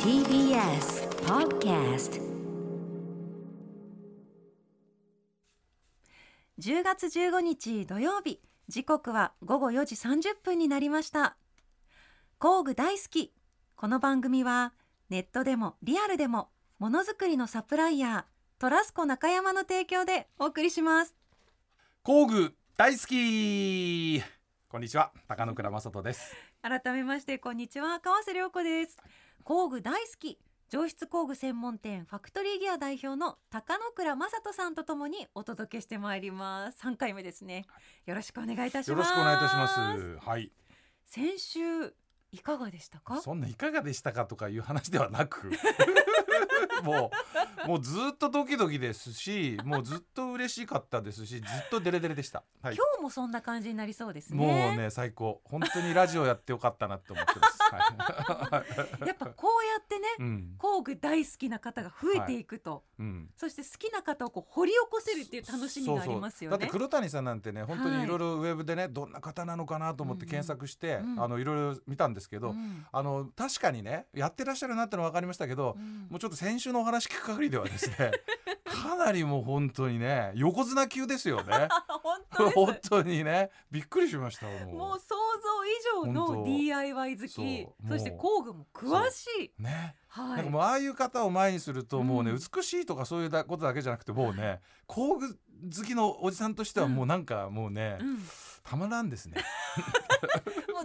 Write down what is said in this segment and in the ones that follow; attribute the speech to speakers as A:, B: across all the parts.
A: TBS Podcast
B: 10月15日土曜日時刻は午後4時30分になりました工具大好きこの番組はネットでもリアルでもものづくりのサプライヤートラスコ中山の提供でお送りします
C: 工具大好きこんにちは高野倉正人です
B: 改めましてこんにちは川瀬良子です工具大好き上質工具専門店ファクトリーギア代表の高野倉正人さんとともにお届けしてまいります3回目ですねよろしくお願いいたします
C: よろしくお願いいたしますはい
B: 先週いかがでしたか
C: そんないかがでしたかとかいう話ではな くもうもうずっとドキドキですしもうずっと嬉しかったですしずっとデレデレでした、はい、
B: 今日もそんな感じになりそうですね
C: もうね最高本当にラジオやってよかったなって思ってます、はい
B: やっぱこうやってね
C: うん
B: 工具大好きな方が増えていくと、
C: うん、
B: そして好きな方をこう掘り起こせるっていう楽しみがありますよね
C: そうそうだって黒谷さんなんてね本当にいろいろウェブでね、どんな方なのかなと思って検索して、
B: うんうん
C: あのいろいろ見たんですけど、
B: うん
C: あの確かにねやってらっしゃるなってのは分かりましたけど、
B: うん
C: もうちょっと先週のお話聞く限りではです ねかなりもう本当にね横綱級です よね
B: あ本当です
C: 本当にねびっくりしましたもう
B: もう想像以上の
C: 本当
B: DIY 好き
C: そ
B: そう
C: もう
B: して工具も詳しい
C: ね、
B: は
C: なん
B: い
C: かもうああいう方を前にするともうね、
B: うん
C: 美しいとかそういうだことだけじゃなくてもうね工具好きのおじさんとしてはもうなんかもうね、
B: うん、もう
C: たまらんですね
B: ずーっ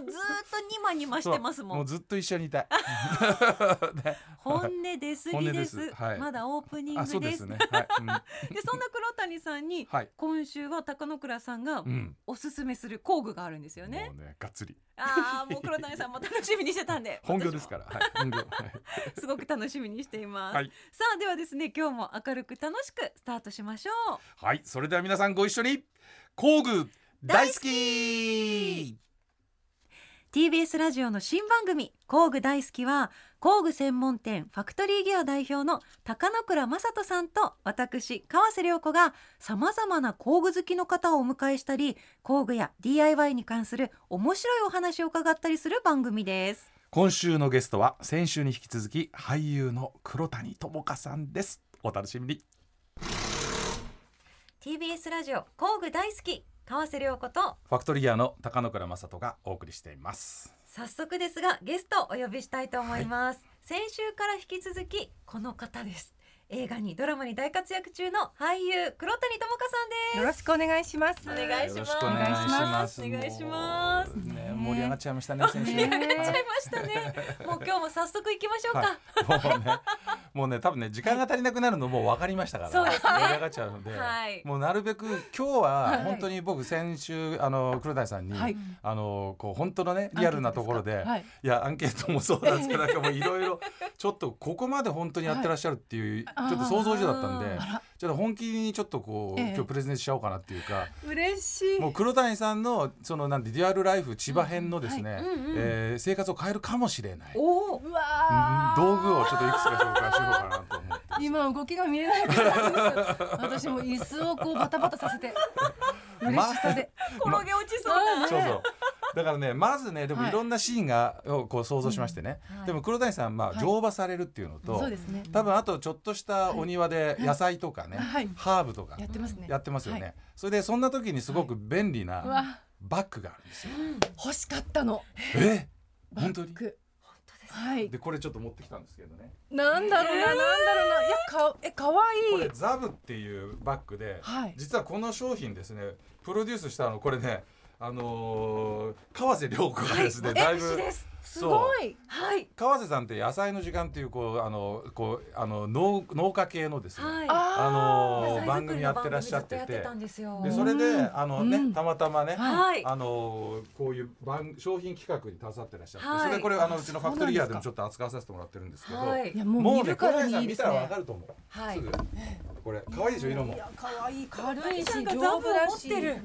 B: とニマニマしてます も
C: も
B: ん
C: うずっと一緒に いたいね
B: 本音出すぎです
C: 本音ですはい
B: まだオープニング
C: あ
B: です
C: そうですねはい、うん
B: でそんな黒谷さんに
C: はい
B: 今週は高野倉さんが
C: うん
B: おすすめする工具があるんですよね、
C: もうねがっつり
B: ああもう黒谷さんも楽しみにしてたんで
C: 本業です
B: ら
C: からはい本業はい
B: すごく楽しみにしています、
C: はい
B: さあではですね今日も明るく楽しくスタートしましょう
C: はい、それでは皆さんご一緒に工具大好き
B: TBS ラジオの新番組工具大好きは工具専門店ファクトリーギア代表の高野倉正人さんと私川瀬良子がさまざまな工具好きの方をお迎えしたり工具や DIY に関する面白いお話を伺ったりする番組です
C: 今週のゲストは先週に引き続き俳優の黒谷友香さんですお楽しみに
B: TBS ラジオ工具大好き川瀬良子と
C: ファクトリーギアの高野倉正人がお送りしています
B: 早速ですがゲストをお呼びしたいと思います、先週から引き続きこの方です映画にドラマに大活躍中の俳優黒谷友香
D: よろしくお願いします。
B: お願いします
C: よろくお願いします
B: お願いします
C: もうね
D: ね
C: 盛り上がっちゃいましたね先週
D: 盛り上
B: さんですやっちゃいました ねもう今日も早速行きましょうか、
C: はい、もうねもうね多分ね時間が足りなくなるのもう分かりましたから、
B: そうですね
C: 盛り上がっちゃうので、
B: はい
C: もうなるべく今日は本当に僕先週あの黒谷さんに、
D: はい
C: あのこう本当のねリアルなところで
D: はい。
C: いやアンケートもそうなんですけど、なんかもういろいろちょっとここまで本当にやってらっしゃるっていう、
D: はい
C: ちょっと想像以上だったん
B: あ
C: で
B: ー
D: あら
C: ちょっと本気にちょっとこう、
D: ええ
C: 今日プレゼンしちゃおうかなっていうか
D: 嬉しい。
C: もう黒谷さんのそのなんてリアルライフ千葉編のですね、
B: うんうんうん
C: えー生活を変えるかもしれない。うん
B: おお
D: うわー
C: 道具をちょっといくつか紹介しようかなと思って。
D: 今動きが見えないからですけど私も椅子をこうバタバタさせて嬉しさで、
B: 転げ落ちそうな、
D: ま
C: そうそう。だからねまずねでも
D: はい
C: いろんなシーンがをこう想像しましてね、
B: うんはい
C: でも黒谷さんまあ
D: はい
C: 乗馬されるっていうのと、
D: そうですね
C: 多分あとちょっとしたお庭で野菜とかね、
D: はい
C: ハーブとか
D: やってますね
C: やってますよね、
D: はい
C: それでそんな時にすごく便利
D: う
C: な
D: わ
C: バッグがあるんですよ、
D: 欲しかったの
C: え本当に
D: バッグはい
C: でこれちょっと持ってきたんですけどね
D: なんだろうな、なんだろうないやかえ可
C: こ
D: 愛い
C: れ
D: い
C: ザブっていうバッグで、
D: はい
C: 実はこの商品ですねプロデュースしたのこれねあのー、川瀬良子がですね、だいぶ
B: 私です
D: すごい
B: はい
C: 川瀬さんって野菜の時間っていうこうあのこうあの農農家系のですね、
B: はい
C: あ
B: 野菜作り
C: の
B: の
C: 番組やってらっしゃって
B: 番組ずと
C: て
B: やってたんですよ
C: でそれで
D: うん
C: あのね、
D: うん
C: たまたまね、
B: はい
C: あのこういう番商品企画に携わってらっしゃって、
B: はい
C: それでこれあのう
D: あ
C: ちのファクトリーギアでもち
D: そ
C: ょっと扱わさせてもらってるんですけど、
B: はい
D: や
B: い
D: もう
C: も
D: 見
C: うね
D: る
C: こ
D: か
C: れ
D: らにいい
C: 見
D: です
C: たらわ
D: ね
C: かると思う、
B: はい
C: すぐこれ可愛いでしょ色も
D: いや可愛い軽い
B: な
D: し
B: んか
D: 丈
B: ザ
D: 夫
B: ブを
D: だ
B: 持っ
D: して
B: る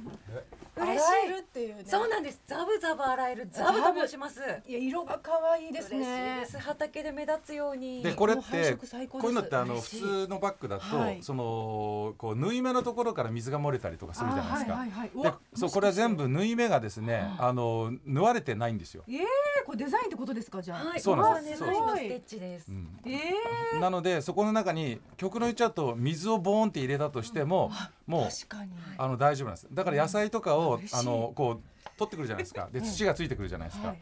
D: 嬉しいるっていうね
B: そうなんですザブザブ洗えるザブと申します
D: いや色が可愛いですね
B: 嬉しいです畑で目立つように
C: でこれっ
D: もう配
C: て
D: 色最高
C: こうい
D: です
C: うのってあの
D: 嬉
C: 普
D: しい
C: 通のバッグだと、
D: はい
C: そのこう縫い目のところから水が漏れたりとかするじゃないです
D: あー
C: か
D: はい。はいはい、う
C: で
D: わ
C: そうこれは全部縫い目がですね、
D: はい
C: あの縫われてないんですよ。
D: ええこれデザインってことですかじゃあ、
B: はい
C: そうなんです
B: ここはね
D: そうそう
B: ナイフのステッチです
C: うん
D: ええ
C: なのでそこの中に極論言っちゃうと水をボーンって入れたとしても、もう
D: 確かに
C: あの大丈夫なんですだから野菜とか
D: う
C: を
D: ん、嬉しい
C: あのこう取ってくるじゃないですかで
D: うん
C: 土がついてくるじゃないですか、
D: はい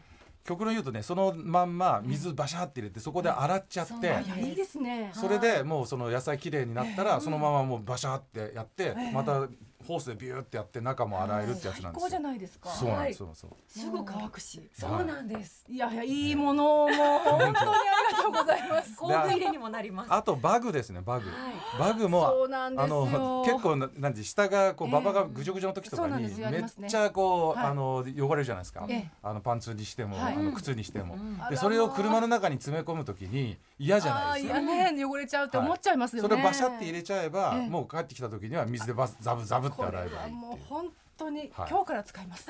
C: 極論言うとねそのまんま水バシャって入れてそこで洗っちゃっ
B: そう
C: て、
B: な
D: あ
B: ん
D: い
B: だ
D: やいいですね
C: それでもうその野菜きれいになったら、そのままもうバシャってやって、
D: え
C: またホースでビューってやって中も洗えるってやつなん
D: 最
C: で
D: 高
C: す
D: じゃ
C: よ。
D: ないですか
C: そうなんです、そうなんです
D: すぐ乾くし
B: そうなんです
D: いやいやいいものをもう本当にありがとうございま す
B: 工具入れにもなります
C: あとバグですねバグ、
B: は
C: バグも
D: そうなんです
C: あ
D: よ
C: の結構ななんて下がこう
D: ええ
C: 馬場がぐじょぐじょの時とか
D: そうなん
C: に
D: ですよあ
C: め
D: り
C: っ
D: ますね
C: ちゃこう
D: はい
C: あの汚れるじゃないですか
D: ええ。
C: あのパンツにしても
D: は
C: あ
D: い
C: の靴にしても
B: うん。
D: あら
C: で
D: ま
C: それを車の中に詰め込む時に嫌じゃないです
D: あ
C: か。
D: ーいやね汚れちゃうって思っちゃいますよ
C: そ
D: ね、
C: れをバシャって入れちゃえば
D: ええ
C: もう帰ってきた時には水でバスザブザブって
D: これ
C: 洗えば
D: はい
C: い
D: も
C: っ
D: う
C: ていう。
D: 本当に
C: はい
D: 今日から使います、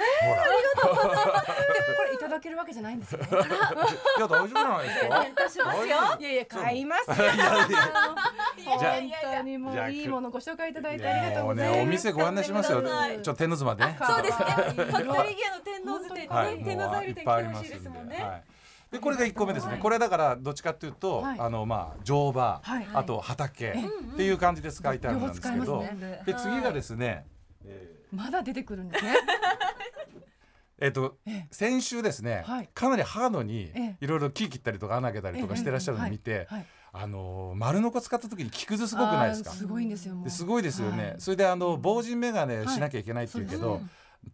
C: ほら
D: これいただけるわけじゃない んですよね
C: いや大丈夫じゃないですか。大丈夫
D: いやいや買いますよ
C: いやいや
D: 本
C: じゃあ
D: 当にも
C: じゃあ
D: ういいものご紹介いただいてありがと
C: も
D: うご
C: う
D: ざい
C: ねお
D: ます、
C: 店ご案内しますよ。
B: ご
C: ち
B: めんなさい
C: ょっと天の妻でね。
D: そうです
B: フ
D: ね
B: ァクトリーギアの天王寺店
C: はい、
B: ね
C: もう
B: 天王
C: あ
B: 寺
C: い
B: 入店
C: っ
B: 来
C: ぱいあ
B: て
C: り
B: ほ
C: ま
B: しい
C: す
B: で
C: ん
B: す
C: で。
B: もん
C: は
B: ね
C: い。でこれが一個目です
D: は
C: ね。
D: い
C: これだからどっちかっていうと、
D: はい
C: あのまあ乗馬、
D: はい
C: あと畑っていう感じで書いてあるんですけ
D: 両
C: ど、
D: 方使えます
B: ね
C: で次がですね、
D: まだ出てくるんですね
C: えっと
D: ええ
C: 先週ですね、
D: はい
C: かなりハードに
D: え
C: いろいろ木切ったりとか穴開けたりとかしてらっしゃるのを見て、
D: はい
C: あのー丸のこ使った時に木くずすごくないですか
D: あー。すごいんですよもう
C: ですごいですよね、
D: はい
C: それであの防塵眼鏡
D: はい
C: しなきゃいけないっていうけど、
D: そうで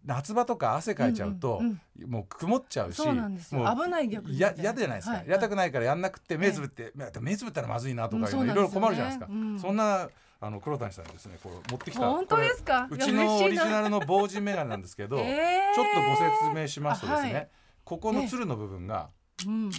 C: 夏場とか汗かいちゃうと、
D: うんうん
C: もう曇っちゃうし
D: そうなんですよ
C: もう
D: 危ない逆に
C: や嫌じゃないですか、
D: はい
C: やりたくないからやんなくて目つぶって、まあ目つぶったらまずいなとかいうのいろいろ困るじゃないですか、
D: うんそうなんです
C: そ
D: よ
C: んなあの黒谷さんにですねこう持ってきた
D: 本当ですか
C: これ
D: いうや
C: ちの
D: 嬉しいな
C: オリジナルの防塵眼鏡なんですけど、
D: えー
C: ちょっとご説明しますとですね、
D: あはい
C: ここのつるの部分が
D: うん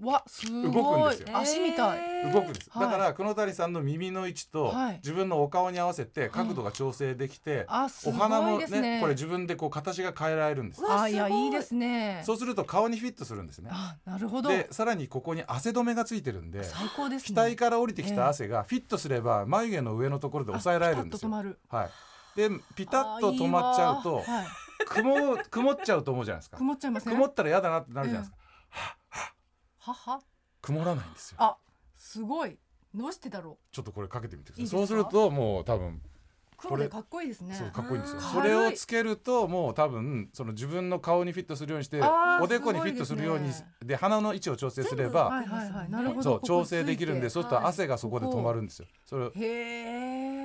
D: わすごい
C: 動くんですよ
D: 足みたい、
C: 動くんです、
D: はい
C: だから黒谷さんの耳の位置と
D: はい
C: 自分のお顔に合わせて角度が調整できて、
D: あす
C: お
D: ご
C: 花も
D: い
C: ね
D: ですね
C: これ自分でこう形が変えられるんです
B: わ
D: あいや
B: すごい
D: いいですね
C: そうすると顔にフィットするんですね
D: あなるほど
C: でさらにここに汗止めがついてるんで
D: 最高ですね
C: 額から降りてきた汗がフィットすれば眉毛の上のところで抑えられるんですよ
D: あピタッと止ま
C: は
D: る
C: いでピタッと止まっちゃう
D: あ
C: と
D: ーいいわはい、
C: 曇曇っちゃうと思うじゃないですか
D: 曇っちゃいますね
C: 曇ったら嫌だなってなるじゃないですか、
D: はは
C: 曇らないんですよ
D: あすごいどうしてだろ
C: ちょっとこれかけてみてください
D: いいですか
C: そうするともう多分
D: う黒でかっこいいですね
C: そうかっこいいんですよ
D: うん
C: それをつけるともう多分その自分の顔にフィットするようにして
D: あー
C: おでこにフィットするように
D: すごいです
C: で鼻の位置を調整すれば
D: はいはいはいなるほど
C: そう
D: ここ
C: 調整できるん
D: つ
C: で
D: いて
C: そうすると汗がそこで止まるんですよそれを
D: へ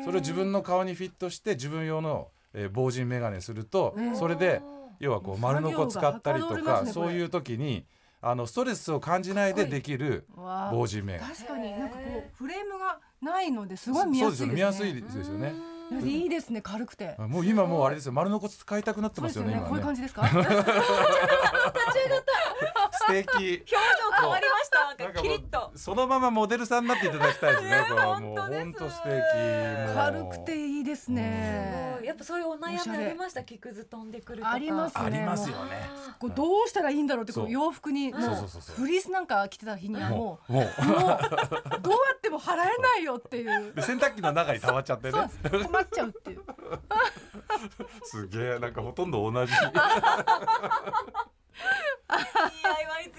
D: え
C: それを自分の顔にフィットして自分用のえー防塵メガネすると
D: ね
C: それで要はこう丸のこ使ったりと
D: 作業がはか
C: か
D: どりますねこ
C: そ
D: れ
C: ういう時にあのストレスを感じない
B: かっ
C: で
B: こい
C: で
B: い
C: きる
D: わあ
C: 防塵メガネ
D: 確かに
B: へー
D: なんかこうフレームがないのですごい見
C: そう
D: や
C: ですす
D: い
C: よ
D: ですね
C: 見やすいですよね
D: いやいいですね軽くて
C: もう今もうあれですよ丸のこ使いたくなって
D: そう
C: ま
D: です
C: よ
D: すよ
C: ね
D: ね
C: 今
D: こういう感
C: ね
D: じですか立ち上がっ
C: 素
B: 表
C: 敵
B: 情変わりましたなんかキリッと
C: そのままモデルさんになっていただきたい ですね。これはもう
B: 本当です
C: 本当素敵。もう
D: た軽くていいですね
B: やっぱそういうお悩
D: おしゃ
B: みあ
D: れ
B: りました木くず飛んでくるとか
D: あります
C: ありますよね。
B: あ
D: こうどうしたらいいんだろうってこ
C: そう
D: う洋服に
B: ん
D: もう
C: そうそうそうそう
D: フリースなんか着てた日にはも
C: もう
D: う
C: も
D: もうどうやっても払えないよってい う
C: う。で洗濯機の中に溜まっちゃってね
D: そうなん。です困っちゃうっていう
C: すげえなんかほとんど 同じ。
B: DIY 好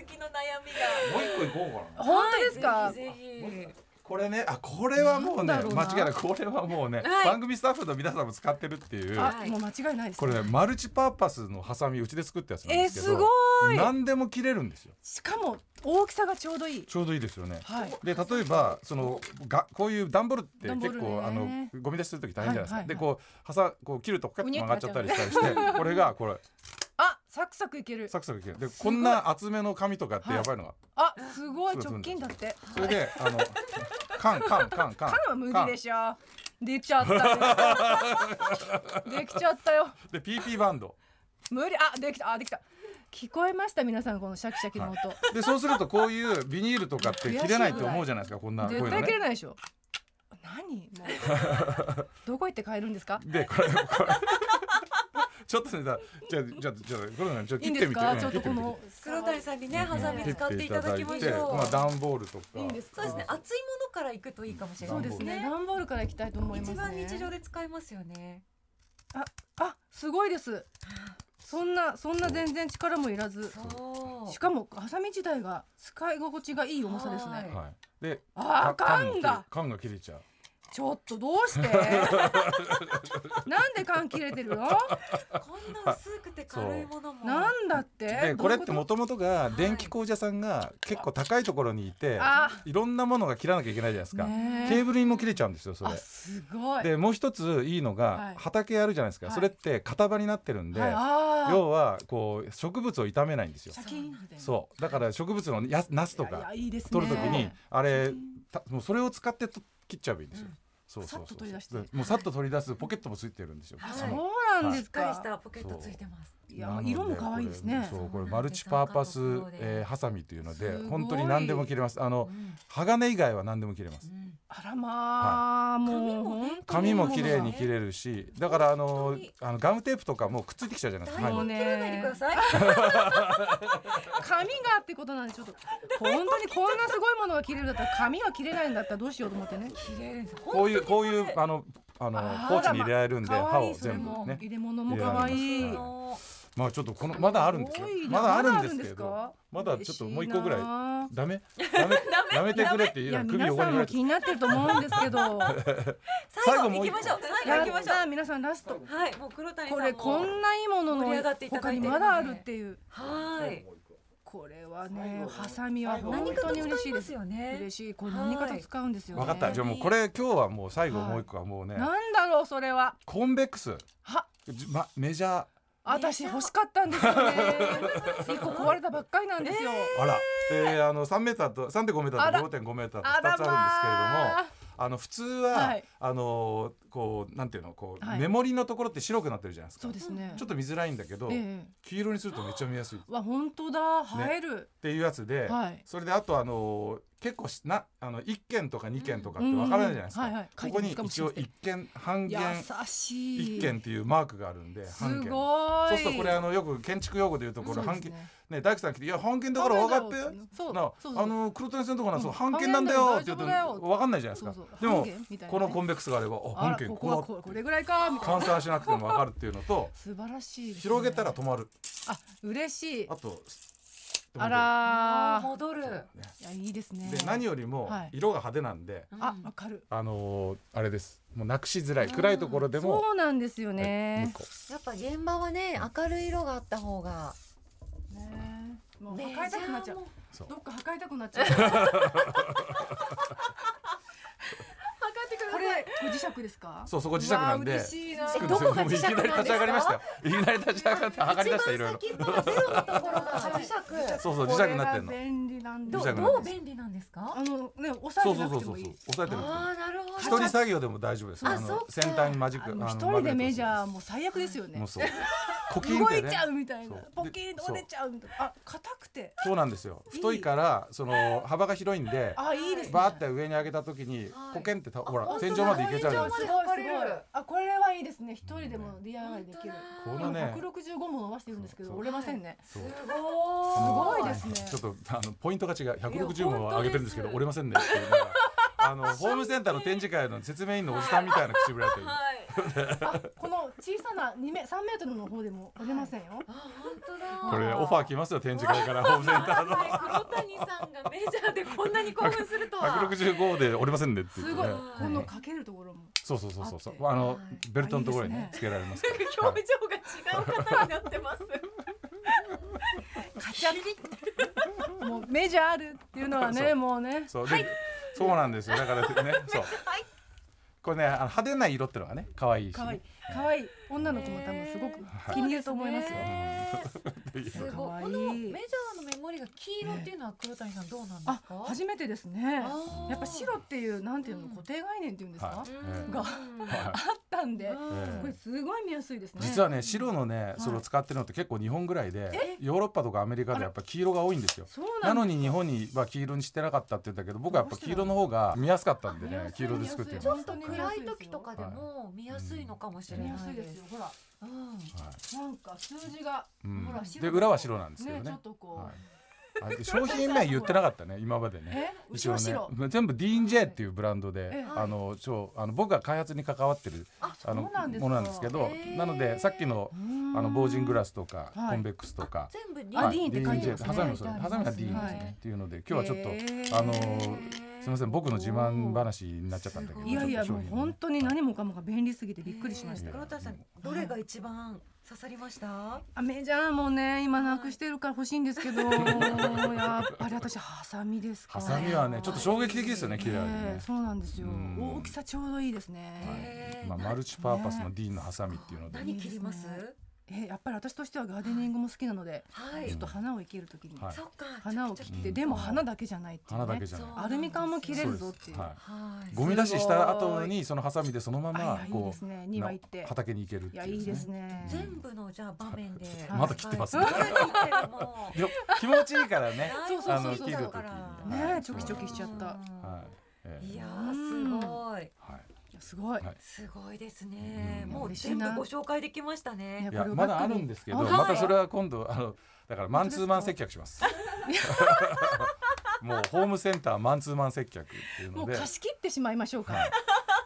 B: きの悩みが
C: もう一個いこうかな。
D: 本当ですか
B: ぜひぜ
C: これね、あこれはもうね
D: なんだろう
C: 間
D: な
C: 違いないこれはもうね、
B: はい
C: 番組スタッフの皆さんも使ってるっていう。
D: あもう間違いないです
C: これねマルチパーパスのハサミうちで作ったやつなんですけど。
D: えーすごい
C: 何でも切れるんですよ。
D: しかも大きさがちょうどいい
C: ちょうどいいですよね。
D: はい
C: で例えばそのがこういう段ボールって
D: 段ボー
C: 結
D: ルね
C: 構、あのゴミ出しする時大変じゃないですか、
D: はいはいはい
C: でこうはさこう切るとポカッと曲がっちゃったりしたりしてこれがこれ
D: あサクサクいける
C: サクサク切るでこんな厚めの紙とかって
D: はい
C: やばいのが、
D: あすごい
C: そう
D: 直近だって
C: それであのカンカンカンカン
D: カナは
C: カ
D: 麦
C: ン
D: でしょできちゃ ったできちゃったできちゃったよ
C: で PP バンド
D: 無理あできたあできた聞こえました皆さんこのシャキシャキの音、
C: でそうするとこういうビニールとかって切れないって思うじゃないですかこんなこういうの
D: 絶対切れ
C: ね
D: ないでしょ 何もうどこ行って買えるんですか
C: でこれこれ ちょっとね、じゃあ、じゃあ、じゃあ、これね、ちょっと
D: い
C: 切
D: いん
C: っ
D: で
C: て
D: す
C: みて。
D: か
C: うん
D: ちょっとこ。の
B: 黒谷さんにねハサミ
C: 切
B: 使っていただきまし
C: 切ってい
B: ょ
C: た
B: う
C: まあ、段ボールとか。
D: いいんです
B: そ
D: か
B: うですね熱いものからいくといいかもしれな
D: そ
B: いうで
D: ですす
B: ね
D: ね段ボールからいきたいと思います
B: 一
D: ね
B: 番日常で使いますよね
D: あすごいですそんなそんな全然力もいらず
B: そう
D: しかもハサミ自体が使い心地がいい重さです
B: はい
D: ね
C: はい。で、
D: あー缶が
C: 缶が切れちゃう。
D: ちょっとどうして なんで缶切れてるの
B: こんな薄くて軽いものも
D: なんだって
C: で、これって
D: どういう
C: もともとが電気工事屋さんが結構高いところにいて、
D: あ
C: いろんなものが切らなきゃいけないじゃないです
D: と
C: か。
D: ね
C: ケーブルにも切れちゃうんですよ、それ
D: あ。すごい
C: で、もう一ついいの
D: は
C: が
D: い
C: 畑あるじゃないですか。
D: はい
C: それって型場になってるんで、
D: はい、あー
C: 要はこう植物を傷めないんですよ
D: シ。ャキンみたいな
C: そう、だから植物のやナスと
D: いや
C: か
D: いやいいですね
C: 取るときに、あれ
D: シャキン
C: たもうそれを使ってと切っちゃえばいいんですよ。そうそうそう
D: さっと取り出して
C: でもうさっと取り出すポケットもついてるんですよ。
B: はい
C: そ
D: そう
C: の
D: うなん
B: し
D: で
B: っ
D: す
B: かり
D: か
B: したポケットついてます
D: い
C: な
D: や
C: ので
D: 色も可愛いですね
C: これそうこれマルチパーパス、えーハサミというのです
D: ごい
C: 本当に何でも切れます。あの
B: うん
C: 鋼以外は何でも切れます。
D: あらまあ、もう本当
C: 紙
D: に
C: も綺麗に切れるし、だからあの
B: 本当に
C: あのガムテープとかもうくっついてきちゃうじゃないですか。
B: 大
D: も
C: は
D: う
B: 根
C: い
D: ね
B: 切らないでください
D: 紙がってことなんでちょっと本当にこんなすごいものが切れるんだったら紙が切れないんだったらどうしようと思ってね
B: 切れるんです
C: こういうこういう
B: 本
C: あのあの
D: あー
C: ポーチに入れられるんで
D: 可
C: 刃
D: 愛
C: を
D: いそれ
C: 全部
D: も、
C: ね。
D: 入れ物も可愛い
B: 当に
C: 入れられ
B: あ
C: ま
B: の
C: まあちょっとこのまだあるんですよ
D: ごい。な
C: まだあるんですけ
D: まだある
C: ど
D: んですか、
C: まだちょっともう一個ぐらい
D: 嬉しな
C: ダ メダメやめてくれって
D: い
C: 言う
D: や
C: の首
D: 皆
C: 横に
D: さ
C: 入
D: ん
C: れ
D: も
C: て
D: 気になってると思うんです けど
B: 最後
C: 最後も
B: 行
C: う
B: き
C: 一個
B: ましょう最
D: や
B: 後行
D: っ
B: きましょ
D: た皆さんラスト
B: うはいもう黒谷さん
D: こ
B: も
D: れこんないいものの
B: 盛り上がっていただ
D: 他
B: い
D: に
B: てる
D: まだあるっていう
B: はい
D: これはねハサミは本
B: 何か
D: 当
B: と
D: に嬉
B: 使
D: し
B: い
D: い
B: ま
D: ですす
B: よね
D: 嬉しいこれ何かと使うんですよね
C: わかった。じゃあもうこれ今日はもう最後
D: はい
C: もう一個はもうね、
D: なんだろうそれは
C: コンベックス、
D: は
C: じまメジャー。
D: 私欲しかったんですよ ね一個壊れたばっかりなんですよ、
C: あら、であの3メーターと3.5メータ
D: あ
C: ー
D: ら
C: と5.5メーターと2つあ
D: あ
C: るんで
D: ら
C: すけれども、
D: ま
C: あ
D: あ
C: の普通は、
D: はい
C: あのこうなんていうのこう、
D: はい
C: メモリのところって白くなってるじゃないですか。
D: そうですね
C: ちょっと見づらいんだけど、
D: ええ
C: 黄色にするとめっちゃ見やすいっ
D: わ本当だ映える、
C: ていうやつで、
D: はい
C: それであとあの結構しなあの1件とか2件とかってわからないじゃないですか。
D: うんうんうんはいはい
C: ここに
D: 書いてます
C: 一
D: か
C: 応
D: もしれ
C: 1件半
D: 優
C: 減
D: しい
C: 一件っていうマークがあるんです半件。
D: ごい
C: そうするとこれあのよく建築用語で言うとこれ半件ね大工さん来て「いや半件だから分かって」
D: そう
C: な
D: そうそう
C: あの黒谷さんとかなそう
D: うん
C: 半券なんだよって言うと
D: 半券だよ大丈夫だよ
C: 分かんないじゃないですか
D: そうそう
C: で
D: 半
C: も
D: 券みたいなね
C: このコンベックスがあればあ
D: あ
C: 半
D: ら
C: 券
D: こ
C: こ
D: こ
C: うだ
D: は
C: って
D: ここれぐらいかみたいな
C: 換算しなくても分かるっていうのと
D: 素晴らしいですね
C: 広げたら止まる
D: あ嬉しい
C: あと
D: あ
B: あー
D: ら
B: 戻る
D: ーいやいいですね
C: で何よりも
D: はい
C: 色が派手なんで
D: あわかる
C: あのーあれですもうなくしづらい暗いところでも
D: そうなんですよ
C: はいもう
D: ね
C: 一個
B: やっぱ現場はね明るい色があった方が
D: ねもう
B: メジ
D: 破壊たくなっちゃ
B: ャー
D: う
B: も
C: そう
D: どっか破壊たくなっ ちゃう破壊てくださいこれご磁石ですか
C: そうそこ磁石なんで
D: うわー嬉しいな
B: えどこ が磁石なんですか
C: いきなり立ち上がりましたよ いきなり立ち上がって測り出したいろいろ
B: 一番先っぽのゼロのところが磁石
C: そうそう磁石になってん
D: こ
C: の
D: れが便利なんで
B: ど
C: 磁
D: す
B: う
C: 石なんです
B: どう便利なんですか
D: あのね押さ
C: そ
D: え
C: うそう
D: てな
C: そう
D: くて
C: そう
D: もいい
C: 押さえてる
B: ああなるほ
C: 一
B: ど
C: 人作業でも大丈夫です
B: あ
C: の
B: そっか
C: 先端にマジック
D: あ
C: あ
D: の
C: の
D: 一人でメジ
C: マグネッ
D: ャー
C: ト
D: もう最悪ですよね
C: もうそう。コキン
D: 動
C: って
D: い
C: ね
D: ち。ゃうみたいな
C: そう
D: ポキーンと折れちゃうみたいなあ硬くて
C: そうなんですよ。太いからその幅が広いんで、
D: あいいですね
C: バーって上に上げた時に
B: はい
C: コケンってたほら
B: あ
C: 天井まで行けちゃうじゃないです
B: 本
C: か。
B: 当
D: すご
B: だ
D: いすごいあこれはいいですね一人でも DIY できる
C: こ
B: 本当だ
C: のね
D: 百、六十五も伸ばしてるんですけど
C: そうそう
D: 折れませんね
C: そう
B: すごい
D: すごいですね
C: ちょっとあのポイントが違う。160
B: いや
C: も上げてるんですけど
B: 本当です
C: 折れませんねっていうのが。あのホームセンターの展示会の説明員のおじさんみたいな口ぶりだ ったよ今
B: はい
D: あこの小さな二メ三メートルの方でも折れませんよ
B: あ本当だ
C: これねオファー来ますよ展示会からホームセンターの
B: 黒谷さんがメジャーでこんなに興奮するとは
C: 165で折れませんねっていう
D: す
C: ね
D: ごい
B: はい
D: 今度かけるところも
C: そうそうそうそうそ
D: あっ
C: う
D: て
C: あの
B: はい
C: ベルトのところに
D: あいい
C: ね
D: です
C: つけ
D: ね
C: られますからはい
B: 表情が違う方になってます
D: カチャもうメジャーあるっていうのは
C: そ
D: ね
C: う
D: もうね
C: そう、でそうなんですよ。だからね、そう。これね、あの派手な色ってのがね、可愛いし、
D: 可愛
C: ね
D: い。可愛い女の子も多分すごく気に入ると思いますよ
B: す
C: い
B: ごい
C: い
D: かわいい
B: このメジャーのメモリが黄色っていうのは黒谷さんどうなんですか
D: あ、初めてですね
B: あー
D: やっぱ白っていうなんていうの固定概念っていうんですか
C: は
B: うん
D: が
C: は
D: あったんで
B: うん
D: これすごい見やすいですね
C: 実はね、白のね、それを使ってるのって結構日本ぐらいで、ヨーロッパとかアメリカでやっぱ黄色が多いんですよ。
D: そうな
C: なんの
D: で
C: に日本には黄色にしてなかったって言ったけど、僕はやっぱ黄色の方が見やすかったんで
D: 見
C: ね
D: や、す
C: 黄
D: い
C: 色で作ってみ
D: 見や
C: ますした。
D: い本当に
B: 暗い時とかでも見やすいのかもしれ
D: 見
B: な
D: やす
B: い
D: い
B: で
D: ですすよほら、うん、なんか数字が、
C: うん
D: ほら
C: で裏は白なんですけどね
D: ちょっとこう、
C: はい あ、で商品名言ってなかったね今までね
D: え後ろ白、
C: ね全部 DJ っていうブランドで、
D: ええ
C: あの超あの僕が開発に関わってる
D: あ
C: あの
D: そうなんです
C: も
D: か
C: のなんですけど、
D: へー
C: なのでさっきのあのボージングラスとか、
D: はい
C: コンベックスとか
B: 全部リ
D: あ
B: ン
C: はい
D: ディーンって書いてます
C: DJ
D: ね
C: ハサミもそう
D: 書いてあります
C: ハサミはディーンですね、
D: はい
C: っていうので今日はちょっと、
B: へー
C: あのすみません僕の自慢話になっちゃったんだけど
B: すご
D: いやいや
C: ちょっ
D: もう
C: と商品
D: 本当に何もかもが便利すぎてびっくりしました。
B: 黒田さんどれが一番刺さりました
D: あメジャーもね今なくしてるから欲しいんですけどやっぱり私ハサミですか
C: ハサミはねちょっと衝撃的ですよね切れ味
D: え
C: ね
D: え、そうなんですよ
C: うん
D: 大きさちょうどいいですね、
B: えー
C: まあ、
B: な
C: マルチパーパスのディーンのハサミっていうので、
B: 何切ります
D: ええやっぱり私としてはガーデニングも好きなので、
B: はい
D: ちょっと花を生けるときに、
C: はい
B: そっか
D: 花を切って、
C: うん
D: でも花だけじゃないっていうね
C: 花だけじゃない
B: そう
D: アルミ缶も切れるぞって
C: そうで
D: いう
C: すはい
B: はい
C: ゴミ出しした後にそのハサミでそのまま
D: あいやいいで
C: こ
D: す
C: う
D: ね庭行って
C: な畑に行けるっ
D: い
C: て
D: や
C: いう、
D: いいですね
B: 全部のじゃあ場面で
D: はい
C: まだ切ってますね
B: 使えまだ切ってるも
C: いや気持ちいいからね
B: う
D: そうそう
C: あ
D: そう
C: の
D: そう
C: 切る
D: だ
C: 時
D: か
C: に
D: ね
C: はい
D: ちょきちょきしちゃった
B: うん
C: はい、ええ
B: いやーすごい
C: はい
D: いやすごい、
C: はい
B: すごいですね
C: うん
B: もう全部ご紹介できましたね
D: や
C: い
D: こ
C: や
D: れを
C: まだ
D: バッ
C: あ
D: クに
C: るんですけど
D: あ
C: ま
B: はい
C: たそれは今度あのだからマンツーマン接客しますもうホームセンターマンツーマン接客っていう
D: も
C: の
D: う
C: で
D: 貸し切ってしまいましょうか、
C: は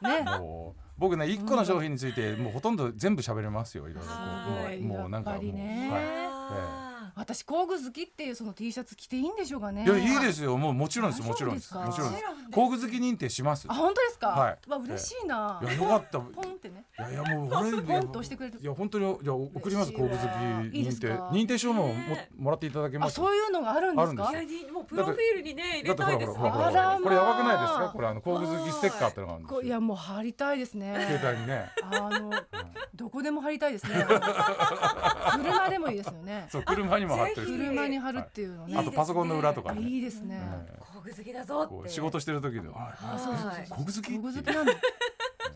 D: ね
C: いもう僕ね一個の商品についてもうほとんど全部喋れますよいろいろこ
B: はい
C: もうもうなんか
D: やっぱりね
C: もうはい
B: あ
D: 私工具好きっていうその T シャツ着ていいんでしょうかね
C: いやいいですよもうもちろんです
D: あ
C: もちろんです
D: そう
C: も
D: です
C: ち
D: か
C: ろんです工具好き認定します
D: あ本当ですか
C: はい
D: わ嬉しいない
C: やよかった
D: ポンってね
C: いやいやもう俺
D: ポンと押してくれる
C: いや本当にいや送ります
D: 嬉しい
C: 工
D: わ
C: 具好き
D: いいです
C: 認定
D: か
C: 認定証もも
B: ね
C: もらっていただけま
D: あ
C: す
D: そういうのがあるんです
C: あ
D: か
B: いやにもうプロフィールにね入
C: だ
B: れ
C: って
B: たいで
C: ほらほ
B: すね
C: らほらほ
D: あらま
C: ら
D: あ
C: これやばくないですかこれあの工具好きステッカーってのがあるんです
D: こ
C: よ
D: ういやもう貼りたいですね
C: 携帯にね
D: あのどこでも貼りたいですね 車でもいいですよね
C: そう車にも貼ってる
B: ぜひ
C: し
D: 車に貼るっていうのね
C: あとパソコンの裏と
D: あ
C: かね
D: いいですね
C: え
B: 工具好きだぞ
C: えこ
B: っ
C: う
B: て
C: 仕事してる時で
B: は
C: あ
B: い
C: 工具好きってい
D: 工具好
C: う
D: きなんで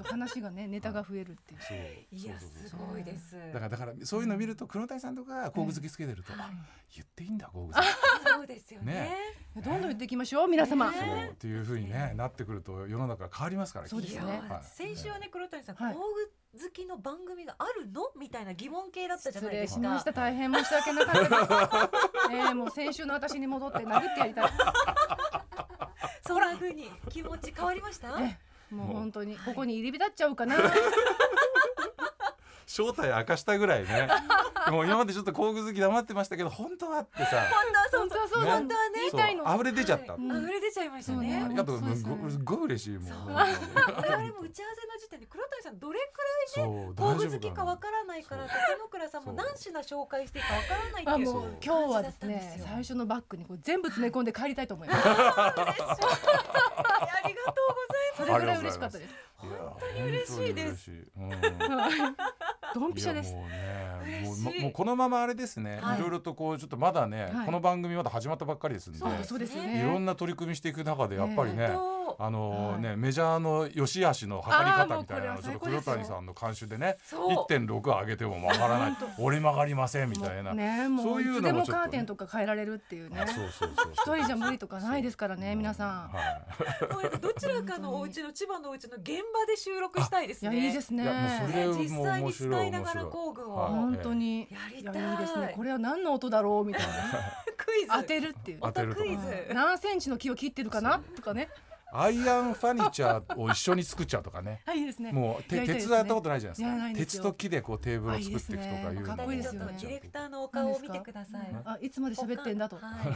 D: 話がねネタが増えるっていう
C: そう
B: いや
C: そうそう
B: す
C: そう
B: ごいです
C: だからだからそういうの見ると黒谷さんとか工具好きつけてるとあ言っていいんだ工具好き
B: そうですよね
C: ね
D: どんどん言っていきましょう皆様
B: ね
C: そうっていう風にねなってくると世の中変わりますから
D: そうですね
B: いや
C: はい
B: 先週はね黒谷さん工
D: はい
B: 具好きの番組があるのみたいな疑問系だったじゃ
D: 失
B: ないで
D: 礼
B: す
D: し
B: か
D: ました大変申し訳なかったです、えー、もう先週の私に戻って殴ってやりたい
B: そんな風に気持ち変わりました
D: ねもう本当にここに入り浸っちゃうかな
C: 正体明かしたぐらいねもう今までちょっと工具好き黙ってましたけど本当はってさ
D: 本当はそうなんだね言いたいの
C: あふれ出ちゃった、
B: は
D: ん
B: 溢れ出ちゃいました
D: そうね
B: ね
C: ありがとう
D: そうですね
C: すっごい嬉しいもん
B: そう
C: 本当に
B: 我々も打ち合わせの時点で黒谷さんどれ
C: そう
B: 工
C: 大丈
B: 具
C: 夫
B: 好き
C: か
B: か
C: な
B: わからないから
C: そ
B: 高野倉さんも
C: そう
B: 何品紹介していいかわからない
D: あ
B: ってい
D: も
B: う
C: そ
D: う
C: う
D: 今日はです
B: 感じだったんで
D: ね
B: すよ
D: 最初のバッグにこう全部詰め込んで帰りたいと思います
B: ありがと
D: それぐらい嬉しかったです
C: いや本
B: 当に嬉しいです
C: 当に嬉しいうん
D: ドンピ
C: い
D: シャ
C: や
D: です
C: もうねもう
B: 嬉しい
C: ももうこのままあれですね、
B: はい
C: い、ろいろとこうちょっとまだね、
D: はい
C: この番組まだ始まったばっかりですんで
B: そう
D: そうですよね
C: いろんな取り組みしていく中でやっぱりね、
B: うございます。
C: あの
D: はい
C: ね、メジャーの良し悪しの測り
D: あー
C: 方
D: もう
C: みたいなの
D: これは
C: をちょっと黒
D: 最高ですよ
C: 谷さんの監修でね
B: そう
C: 1.6上げても曲がらない折り曲がりませんみたいな、
D: ねも
C: そうう
D: い
C: いうのも
D: つ
C: ち
D: でも
C: ょっとね
D: カーテンとか変えられるっていうね
C: あそうそうそう
D: 一人じゃ無理とかないですからね皆さん
C: は
B: もうなんかどちらかのお家の千葉のお家の現場で収録したいです
D: い
B: ね。。
D: やいいですす
C: い、いやもうそ
D: ね
C: れ
B: 実
C: もう
B: 際
C: 面
B: に
C: 白
B: 使
C: い
B: いな
C: 面
B: がら
C: 白い。
B: 工具を、
C: はい
D: 本当に
B: やり
D: い
B: た
D: や
B: い。
D: いいですねこれは何の音だろうみたいなね
B: クイズ
D: 当てるっていう
C: 当てると
B: クイ
C: か
B: ズ。
D: 何センチの木を切ってるかなとかね。
C: アイアンファニチャーを一緒に作っちゃうとかね
D: あいいですね。
C: もうて
D: やりたいです
C: 鉄
D: ね
C: はやったことないじゃないです
D: や
C: から
D: ないんです
C: 鉄
D: よ
C: と木でこうテーブルを作っていくとかいうの
D: あいいですねかっこいいですよね
B: ちょっとディレクターのお顔を見てください。
D: あいつまで喋ってんだと。
B: はい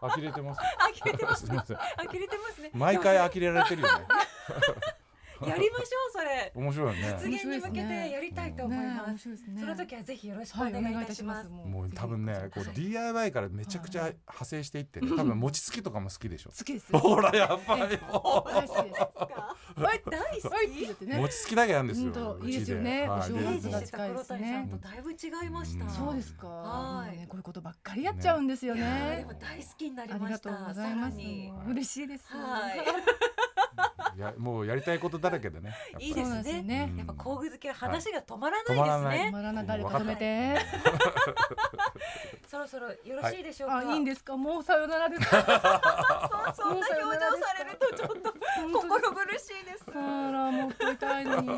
C: 呆れてます
B: 呆れてます。
C: すみません
B: 呆れてます ね。
C: 毎回呆れられてる よね
B: やりましょうそれ。
C: 面白いよね
B: 実現に向けてやりたいと思います。
D: 白いですね
B: その時はぜひよろしくお願いいたします。
C: もう多分ねこう
D: 好
C: DIY からめちゃくちゃ派生していってね多分餅つきとかも好きでし ょ
D: きです。
C: ほらやっぱりも
D: 大好きです。
B: はい、大好
D: はい
B: き。
D: って
C: う
D: ね。
C: 餅つきだけなんですよ
D: 本当
C: うち
D: いいですよね
C: はい
B: イ
D: お
B: メ
D: 正
B: ー
D: 月
B: ジ
D: が
B: してた黒谷さんとだいぶ違いました。
C: うん
D: そうですか。
B: はい
D: もうねこういうことばっかりやっちゃうんですよ
B: あーで
D: ね
B: も。大好きになり
D: あり
B: ま
D: が
B: し
D: とうご
B: た。
D: ざい
B: さ
D: ま
B: ら
D: す。
B: に。
D: 嬉しいです。
B: は
C: やもうやりたいことだらけでねやっぱり
B: い。いいです
D: そうです
B: ね。
D: ね
B: やっぱ工具好きは話が止まら
C: 止ま
B: な
C: らないい
B: ですね。
D: 止まらない誰か止めて。
B: そろそろよろしいでしょうか。
D: あいいん
B: で
D: ですか。もうさよならですか。
B: そんな表情されるとちょっと
D: 本当です
B: 心苦しいです。
D: あらもう太いたいのに。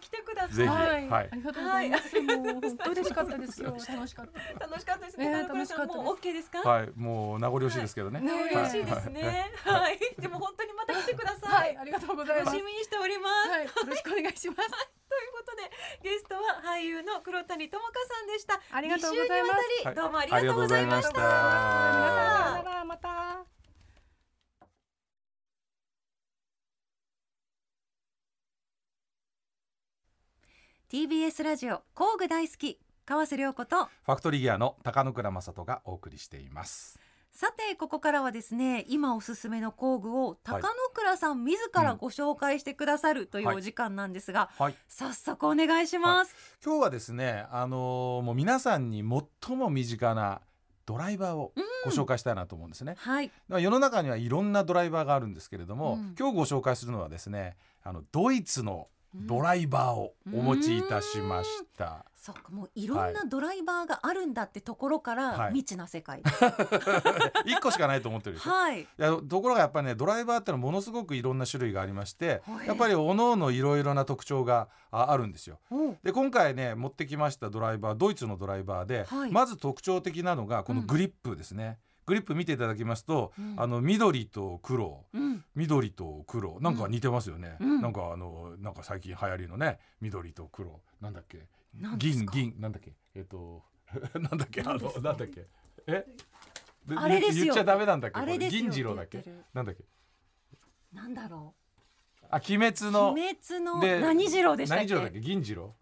B: 来てくださ
C: ぜ
B: い。
C: ひ
D: はい、
C: はい
D: ありがとうございます。もう本当嬉しかったですよ。楽しかった。
B: 楽しかったです
D: え
B: ね。
D: ー
B: 高倉さん
D: 楽しかったです
B: もう OK ですか？
C: はい、もう名残惜しいですけどね。
D: ね
B: ね嬉しいですね。はい。でも本当にまた来てくださ
D: はいい、。ありがとうございま
B: 楽
D: す。
B: しみにしております。
D: はい、よろしくお願いし
B: とい
D: ます。
B: うことでゲストは俳優の黒谷友香さんでした。
D: ありがとうございます
B: 二週にわたり
C: はい
B: どうもありがとうございまし。
C: ありがとうございましたた
D: 皆さん、さよなら、また。
B: TBS ラジオ工具大好き川瀬良子と
C: ファクトリーギアの高野倉正人がお送りしています。
B: さてここからはですね今おすすめの工具を高
C: はい
B: 野倉さん自らご紹介してくださるという
C: はい
B: お時間なんですが、
C: はい、
B: 早速お願いします、
C: 今日はですね、あのーもう皆さんに最も身近なドライバーをご紹介したいなと思うんですね。
B: はい
C: まあ世の中にはいろんなドライバーがあるんですけれども、
B: うん
C: 今日ご紹介するのはですね、あのドイツのドライバーをお持ちいたしました。
B: そうかもういろんなドライバーがあるんだってところから、
C: はい
B: 未知な世 界です
C: 一個しかないと思ってるでしょ。
B: はい
C: いやところがやっぱりねドライバーってのはものすごくいろんな種類がありまして
B: はい
C: やっぱり各々いろいろな特徴がああるんですよ。
B: おう
C: で今回ね持ってきましたドライバードイツのドライバーで、
B: はい
C: まず特徴的なのがこのグリップですね。グリップ見ていただきますと、
B: うん
C: あの緑と黒
B: うん
C: 緑と黒なんか似てますよね、
B: うん
C: なんかあのなんか最近流行りのね緑と黒なんだっけ
B: 何です
C: 銀
B: か
C: 銀なんだっけえっと なんだっけあのなんだっけえで
B: あれですよ
C: 言っちゃダメなんだっけ
B: あれですよ
C: こ銀次郎だっ
B: って
C: け
B: 言ってる
C: なんだっけ
B: なんだろ
C: あ鬼滅
B: う
C: の
B: 鬼滅の何次郎でしたっ
C: 何次郎だっ
B: け
C: け銀次郎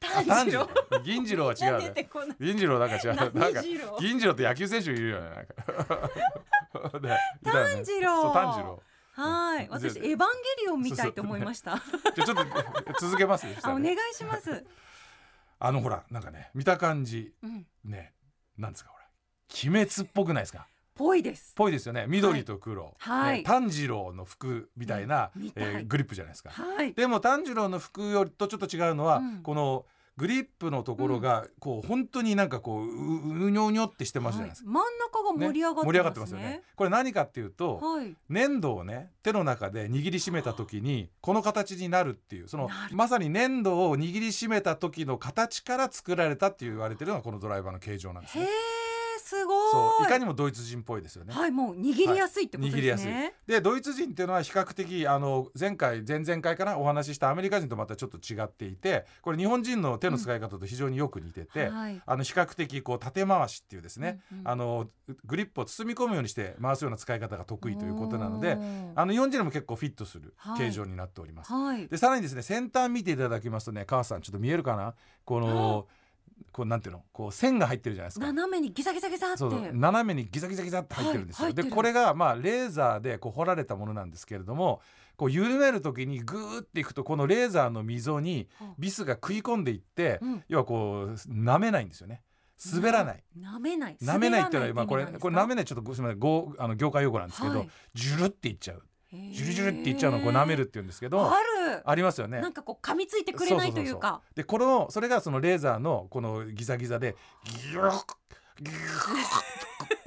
B: 炭
C: あ
B: 治郎
C: 炭治郎銀次 郎は違う
B: 出
C: ね
B: てこない
C: 銀次郎なんか違 う
B: 何
C: なんか
B: 次郎
C: 銀次郎って野球選手いるよねなんか でいたよね
B: 炭治郎
C: そう炭治郎
B: はい私エヴァンゲリオンみたいと思いました
C: じゃあちょっと 続けますね
B: あお願いし ます。
C: あのほらなんかね見た感じ
B: うん、
C: ねなんですかほら鬼滅っぽくないですか
B: ぽいです。
C: ぽいですよね緑と黒、
B: はい
C: ね炭治郎の服みたいな、
B: うんみたい
C: えーグリップじゃないですか、
B: はい。
C: でも炭治郎の服よりとちょっと違うのは、
B: うん
C: このグリップのところがこう本当になんかこうううにょうにょってしてますじゃないですか、
B: 真ん中が
C: ね
B: 盛り上がってますね。
C: 盛り上がってますよね。これ何かっていうと、
B: はい。
C: 粘土をね手の中で握りしめた時にこの形になるっていうその
B: なる
C: まさに粘土を握りしめた時の形から作られたって言われてるのがこのドライバーの形状なんです
B: へえ
C: ね。
B: すごい。
C: そういかにもドイツ人っぽいですよね。
B: はいもう握りやすいってことですね。
C: 握りやすいでドイツ人っていうのは比較的あの前回前々回かなお話ししたアメリカ人とまたちょっと違っていてこれ日本人の手の使い方と非常によく似てて、
B: はい。
C: あの比較的こう縦回しっていうですね、
B: うんうん
C: あのグリップを包み込むようにして回すような使い方が得意ということなので
B: おー
C: あの日本人にも結構フィットする
B: はい
C: 形状になっております。
B: はい。
C: でさらにですね先端見ていただきますとね川瀬さんちょっと見えるかなこのこうなんていうのこう線が入ってるじゃないですか。
B: 斜めにギザギザギザって。
C: そうそう斜めにギザギザギザって入ってるんですよ。
B: はい入って
C: で
B: る
C: これがまあレーザーでこう掘られたものなんですけれどもこう緩める時にグーっていくとこのレーザーの溝に
B: は
C: ビスが食い込んでいって、
B: うん
C: 要はこう舐めないんですよね滑らない。
B: 舐めない。
C: 舐めないっていうのは今これ
B: 滑ら
C: これ舐
B: ない
C: めないちょっとごすみませんごあの業界用語なんですけど、
B: はい
C: ジュルっていっちゃう
B: って意味なんですか。
C: ジュルジュルっていっちゃうのをこう舐めるって言うんですけ
B: へー
C: ど
B: ある。
C: ありますよね
B: なんかこう噛みついてくれないというか。
C: でこのそれがそのレーザーのこのギザギザでギューッギューッ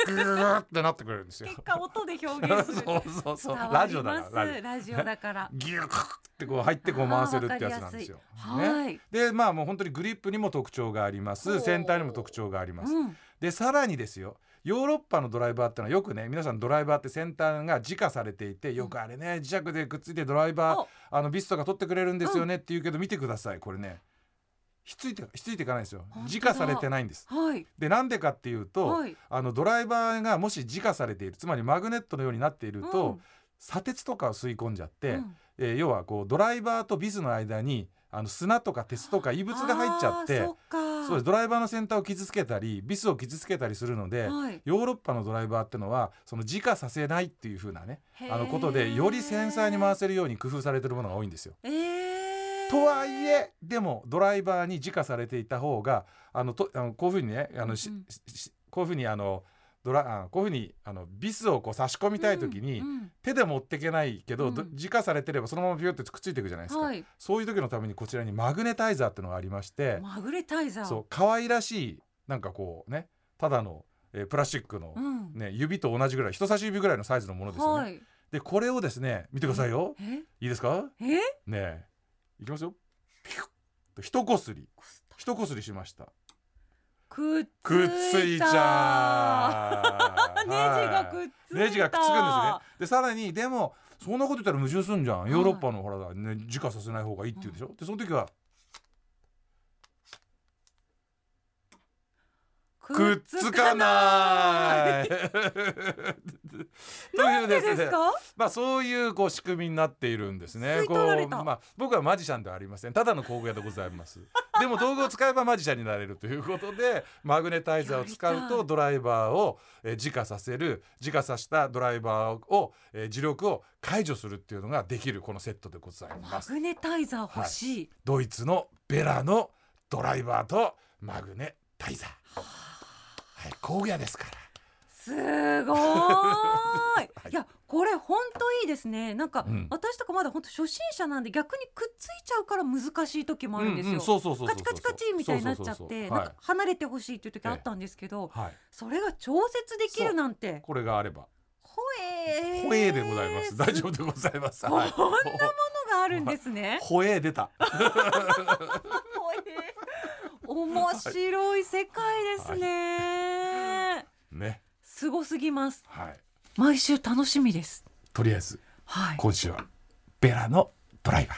C: ギューッってなってくれるんですよ
B: 結果音で表現す
C: そ
B: る。
C: うそうそ
B: 伝
C: うラ
B: わ
C: ジ
B: り
C: オだ
B: ま
C: か
B: す
C: らラジ
B: ラジオだから
C: オ。ギューッってこう入ってこう回せるってやつなんですよ
B: あーわかりやすい
C: ね
B: はい
C: でまあもう本当にグリップにも特徴がありま
D: ほう
C: す先端にも特徴があります
B: うん。
C: でさらにですよヨーロッパのドライバーってのはよくね皆さんドライバーって先端が自家されていてよくあれね磁石でくっついてドライバー
B: お
C: あのビスとか取ってくれるんですよねって言うけど見てくださいこれねひっついてひっついていかないんですよ
B: 本当だ
C: 自家されてないんです
B: はい。
C: でなんでかっていうと、
B: はい
C: あのドライバーがもし自家されているつまりマグネットのようになっていると、
B: うん
C: 砂鉄とかを吸い込んじゃって、
B: うん
C: えー要はこうドライバーとビスの間にあの砂とか鉄とか異物が入っちゃって
B: あーそっか。
C: そうですドライバーの先端を傷つけたりビスを傷つけたりするので、
B: はい。
C: ヨーロッパのドライバーってのはその自家させないっていう風なねあのことでより繊細に回
B: す。
C: せるように工夫されてるものが多いんですよ。
B: えー
C: とはいえでもドライバーに自家されていた方があのとあのこういうふうにねあのし
B: うんうん
C: ししこういうふうにあのドラあこういうふうにあのビスをこう差し込みたい時に、
B: うん
C: 手で持っていけないけど、ど
B: うん
C: 自家されてればそのままビューってくっついていくじゃないですか、
B: はい。
C: そういう時のためにこちらにマグネタイザーってのがありまして、
B: マグネタイザー。
C: そう可愛らしいなんかこうねただの、えープラスチックの、
B: うん。
C: ね、指と同じぐらい人差し指ぐらいのサイズのものですよね。
B: はい。
C: でこれをですね見てくださいよ
B: え
C: いいですか
B: え
C: ねえいきますよピュッと一こすり一こすりしました
B: くっつ
C: くっ
B: い
C: ついち
B: た
C: ゃう
B: ネジがくっついた
C: ネジがくっつくんですねでさらにでもそんなこと言ったら矛盾すんじゃんヨーロッパのほらね自家させない方がいいって言うでしょ、でその時はくっつかないと いう
B: で
C: ですすね
B: か
C: まあそういうこう仕組みになっているんですね
B: 吸い
C: こ
B: 取られ
C: う
B: た
C: まあ僕はマジシャンではありませんただの工具屋でござ いますでも道具を使えばマジシャンになれるということでマグネタイザーを使う
B: やりた
C: と
B: い
C: ドライバーをえー自家させる自家させたドライバーをえー磁力を解除するっていうのができるこのセットでござい
B: マ
C: ます
B: グネタイザー欲しい、
C: ドイツのベラのドライバーとマグネタイザーはい工具屋ですから
B: す ごーい
C: い
B: いやこれ本当いいですねなんか、
C: うん
B: 私とかまだ本当初心者なんで逆にくっついちゃうから難しい時もあるんですよ、
C: うんうんそうそうそうそうそう
B: カチカチカチみたいになっちゃっ
C: そうそうそう
B: て
C: そう
B: なん
C: はい
B: か離れてほしいっていう時あったんですけど、
C: はい
B: それが調節できるなんて
C: これがあれば
B: ほえー
C: ほえーでございます大丈
B: 夫
C: 夫でございます
B: こんな
C: はい
B: ものがあるんですね
C: ほえー出た
B: ほえー面白い世界ですね、
C: ね
B: すごすぎます
C: はい
B: 毎週楽しみです
C: とりあえず
B: はい
C: 今週はベラのドライバー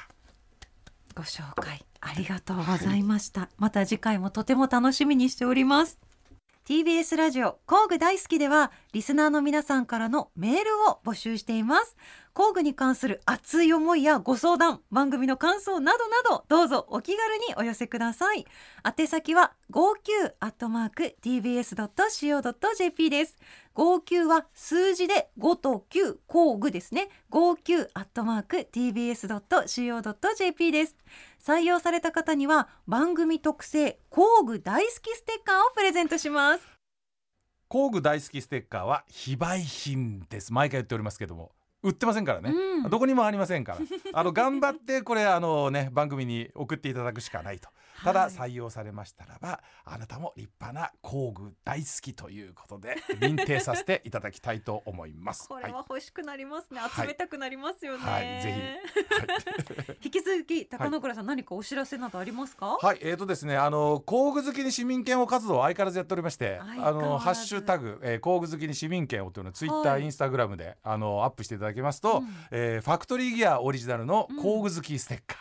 B: ご紹介ありがとうございました。また次回もとても楽しみにしております。TBS ラジオ工具大好きではリスナーの皆さんからのメールを募集しています。工具に関する熱い思いやご相談、番組の感想などなどどうぞお気軽にお寄せください。宛先は 59@tbs.co.jp です。59は数字で5と9工具ですね。59@tbs.co.jp です。採用された方には番組特製工具大好きステッカーをプレゼントします
C: 工具大好きステッカーは非売品です毎回言っておりますけども売ってませんからね、
B: うん
C: どこにもありませんからあの頑張ってこれあのね番組に送っていただくしかないとただ採用されましたらば、あなたも立派な工具大好きということで認定させていただきたいと思います
B: これは欲しくなりますね、
C: はい
B: 集めたくなりますよね、
C: はいぜ
B: ひ引き続き高野倉さん、何かお知らせなどありますか、
C: はい、えーとですね、あの工具好きに市民権を活動を相変わらずやっておりまして、
B: 相変わ
C: あ
B: らず
C: のハッシュタグ、えー工具好きに市民権をというのをツイッタ
B: は
C: ー、
B: い
C: インスタグラムであのアップしていただきますと、
B: うん
C: えーファクトリーギアオリジナルの工具好きステッカ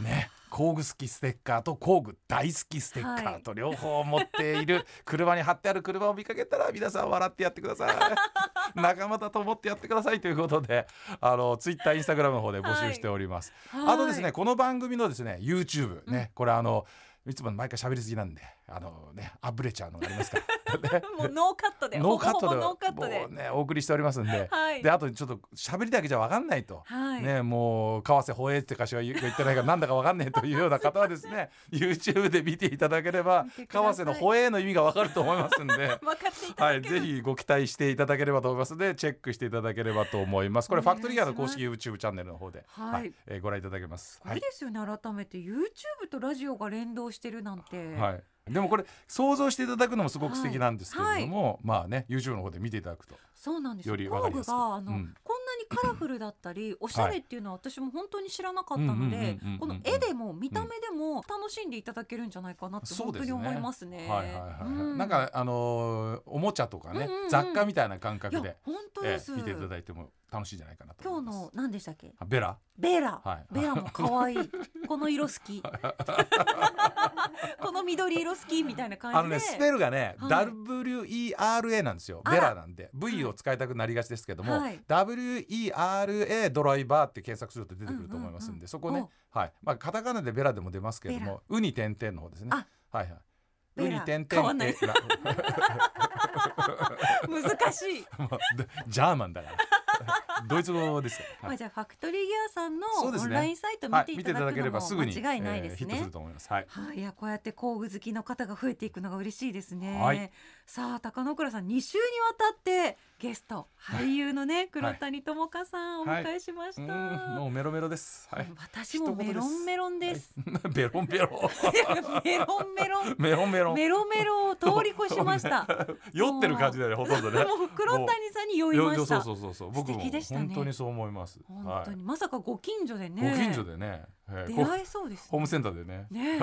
C: ー、ね。工具好きステッカーと工具大好きステッカ
B: は
C: ー
B: い
C: と両方持っている、 車に貼ってある車を見かけたら皆さん笑ってやってくださ い仲間だと思ってやってくださいということであのツイッターインスタグラムの方で募集しております、あとですね、この番組のですね YouTube ね、これあのいつも毎回喋りすぎなんであのねあぶれちゃうのがあります から、ね、
B: もうノーカットで
C: ノーカット
B: ほぼほぼ
C: で
B: ノーカット
C: も
B: で
C: うねお送りしておりますんで、
B: はい
C: であとちょっと喋りだけじゃわかんないと、
B: はい
C: ねもう為替保衛ってかしは言言ってないからなんだかわかんないというような方はです ね YouTube で見ていただければ
B: 見て
C: 為
B: ください
C: 替の保衛の意味がわかると思いますんで。
B: 分かっていた
C: は
B: だ
C: い、
B: ける、
C: ぜひご期待していただければと思いますのでチェックしていただければと思いますこれ
B: お
C: ファ
B: 願い
C: クトリーガーの
B: しま
C: 公
B: す
C: 式 YouTube チャンネルの方で、
B: はい
C: えーご覧いただけます
B: これですよね改めて YouTube とラジオが連動してるなんて、
C: はい、でもこれ想像していただくのもすごく素敵なんですけれども、まあね YouTube の方で見ていただくと
B: そうなんですよ
C: よりわ
B: 工
C: かり
B: 具
C: やすく
B: があの、
C: うん
B: こんなにカラフルだった りおしゃれっていうのは私も本当に知らなかったの
C: うんうんうん
B: で
C: うんうんうん
B: この絵でも見た目でも楽しんでいただけるんじゃないかなって
C: そ
B: 本
C: うで
B: 当
C: す
B: に
C: ね
B: 思いますね。
C: はいはいはい、
B: う
C: なんかあのーおもちゃとかね、
B: うんうんうん
C: 雑貨みたいな感
B: い
C: 覚
B: や
C: で、
B: 本当
C: え
B: です、
C: え見ていただいても楽しいんじゃないかなと
B: 今
C: 思
B: 日
C: います
B: の何でしたっけ
C: あベラ
B: ベラ、
C: はい
B: ベラも可愛いこの色好 きこの緑色好きみたいな
C: あ
B: 感
C: の
B: じで
C: ねスペルがね、
B: はい
C: WERA なんですよ
B: あら
C: ベラなんで V を使いたくなりがちですけども、
B: はい
C: WERA ドライバーって検索すると出てくると思いますんで、
B: うんうんうん
C: そこね
B: お、
C: はいまあ、カタカナでベラでも出ますけれどもウニ点々の方ですね
B: あ
C: はいはい
B: ベ
C: ウ
B: ラ
C: ニ点
B: 変わんな
C: 々
B: い
C: えら
B: 難しい。
C: もうでジャーマンだから ドイツ語ですから、
B: ま
C: は
B: あ
C: い
B: じゃあファクトリーギアさんの
C: そうで
B: オ
C: す
B: ン
C: ね
B: ラインサイト
C: はい
B: 見ていただくのも間違いない
C: え
B: です
C: ーヒット
B: ね
C: する。と思いますはい
B: はい、いやこうやって工具好きの方が増えていくのが嬉しいですね。
C: はい
B: さあ高野倉さん2週にわたってゲスト俳優のね、黒谷友香さんをお迎えしまし
C: う
B: た。
C: んもうメロメロですはい
B: 私もメロンメロン です。
C: ベロンベロ
B: メロンメロン
C: メロンメロン
B: メロメロを通り越しま した。
C: 酔ってる感じだよねほとん ど
B: も
C: ね
B: う黒谷さんに酔いました。
C: そうそうそうそう僕も
B: 素敵でしたね
C: 本当にそう思います
B: 本当に、
C: は
B: まさかご近所で
C: い
B: ね。
C: ご近所でねえ
B: 出
C: ーこう
B: 会えそうです
C: ホームセンターでね
B: ねえ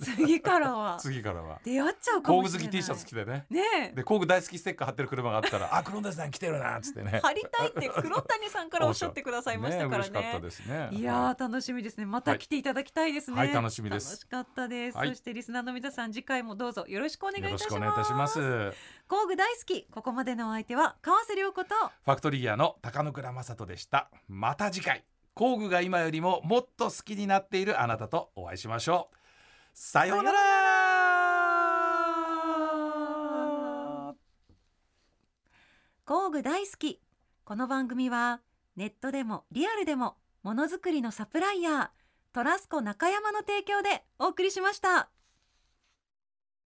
B: 次からは
C: 次からは
B: 出会っちゃうか
C: 工
B: も
C: 具
B: しれ
C: 好
B: ない
C: き T シャツ着てね
B: ねえ
C: で工具大好きステッカー貼ってる車があったら「あ黒田さん来てるな」っつってね
B: 貼りたいっ て黒谷さんからおっしゃってくださいましたからね
C: 嬉しかったですね
B: いやー楽しみですねまた来ていただきたいですね、
C: はいはい楽しみです
B: 楽しかったです、
C: はい
B: そしてリスナーの皆さん次回もどうぞよろしくお願いい
C: よ
B: た
C: ろし
B: し
C: くお願いいたし
B: ま
C: ますすフ
B: 工具大好きここまでのお相手は川瀬良子と
C: ァクトリーギアの高野倉正人でしたまた次回工具が今よりももっと好きになっているあなたとお会いしましょうさようなら
B: 工具大好きこの番組はネットでもリアルでもものづくりのサプライヤートラスコ中山の提供でお送りしました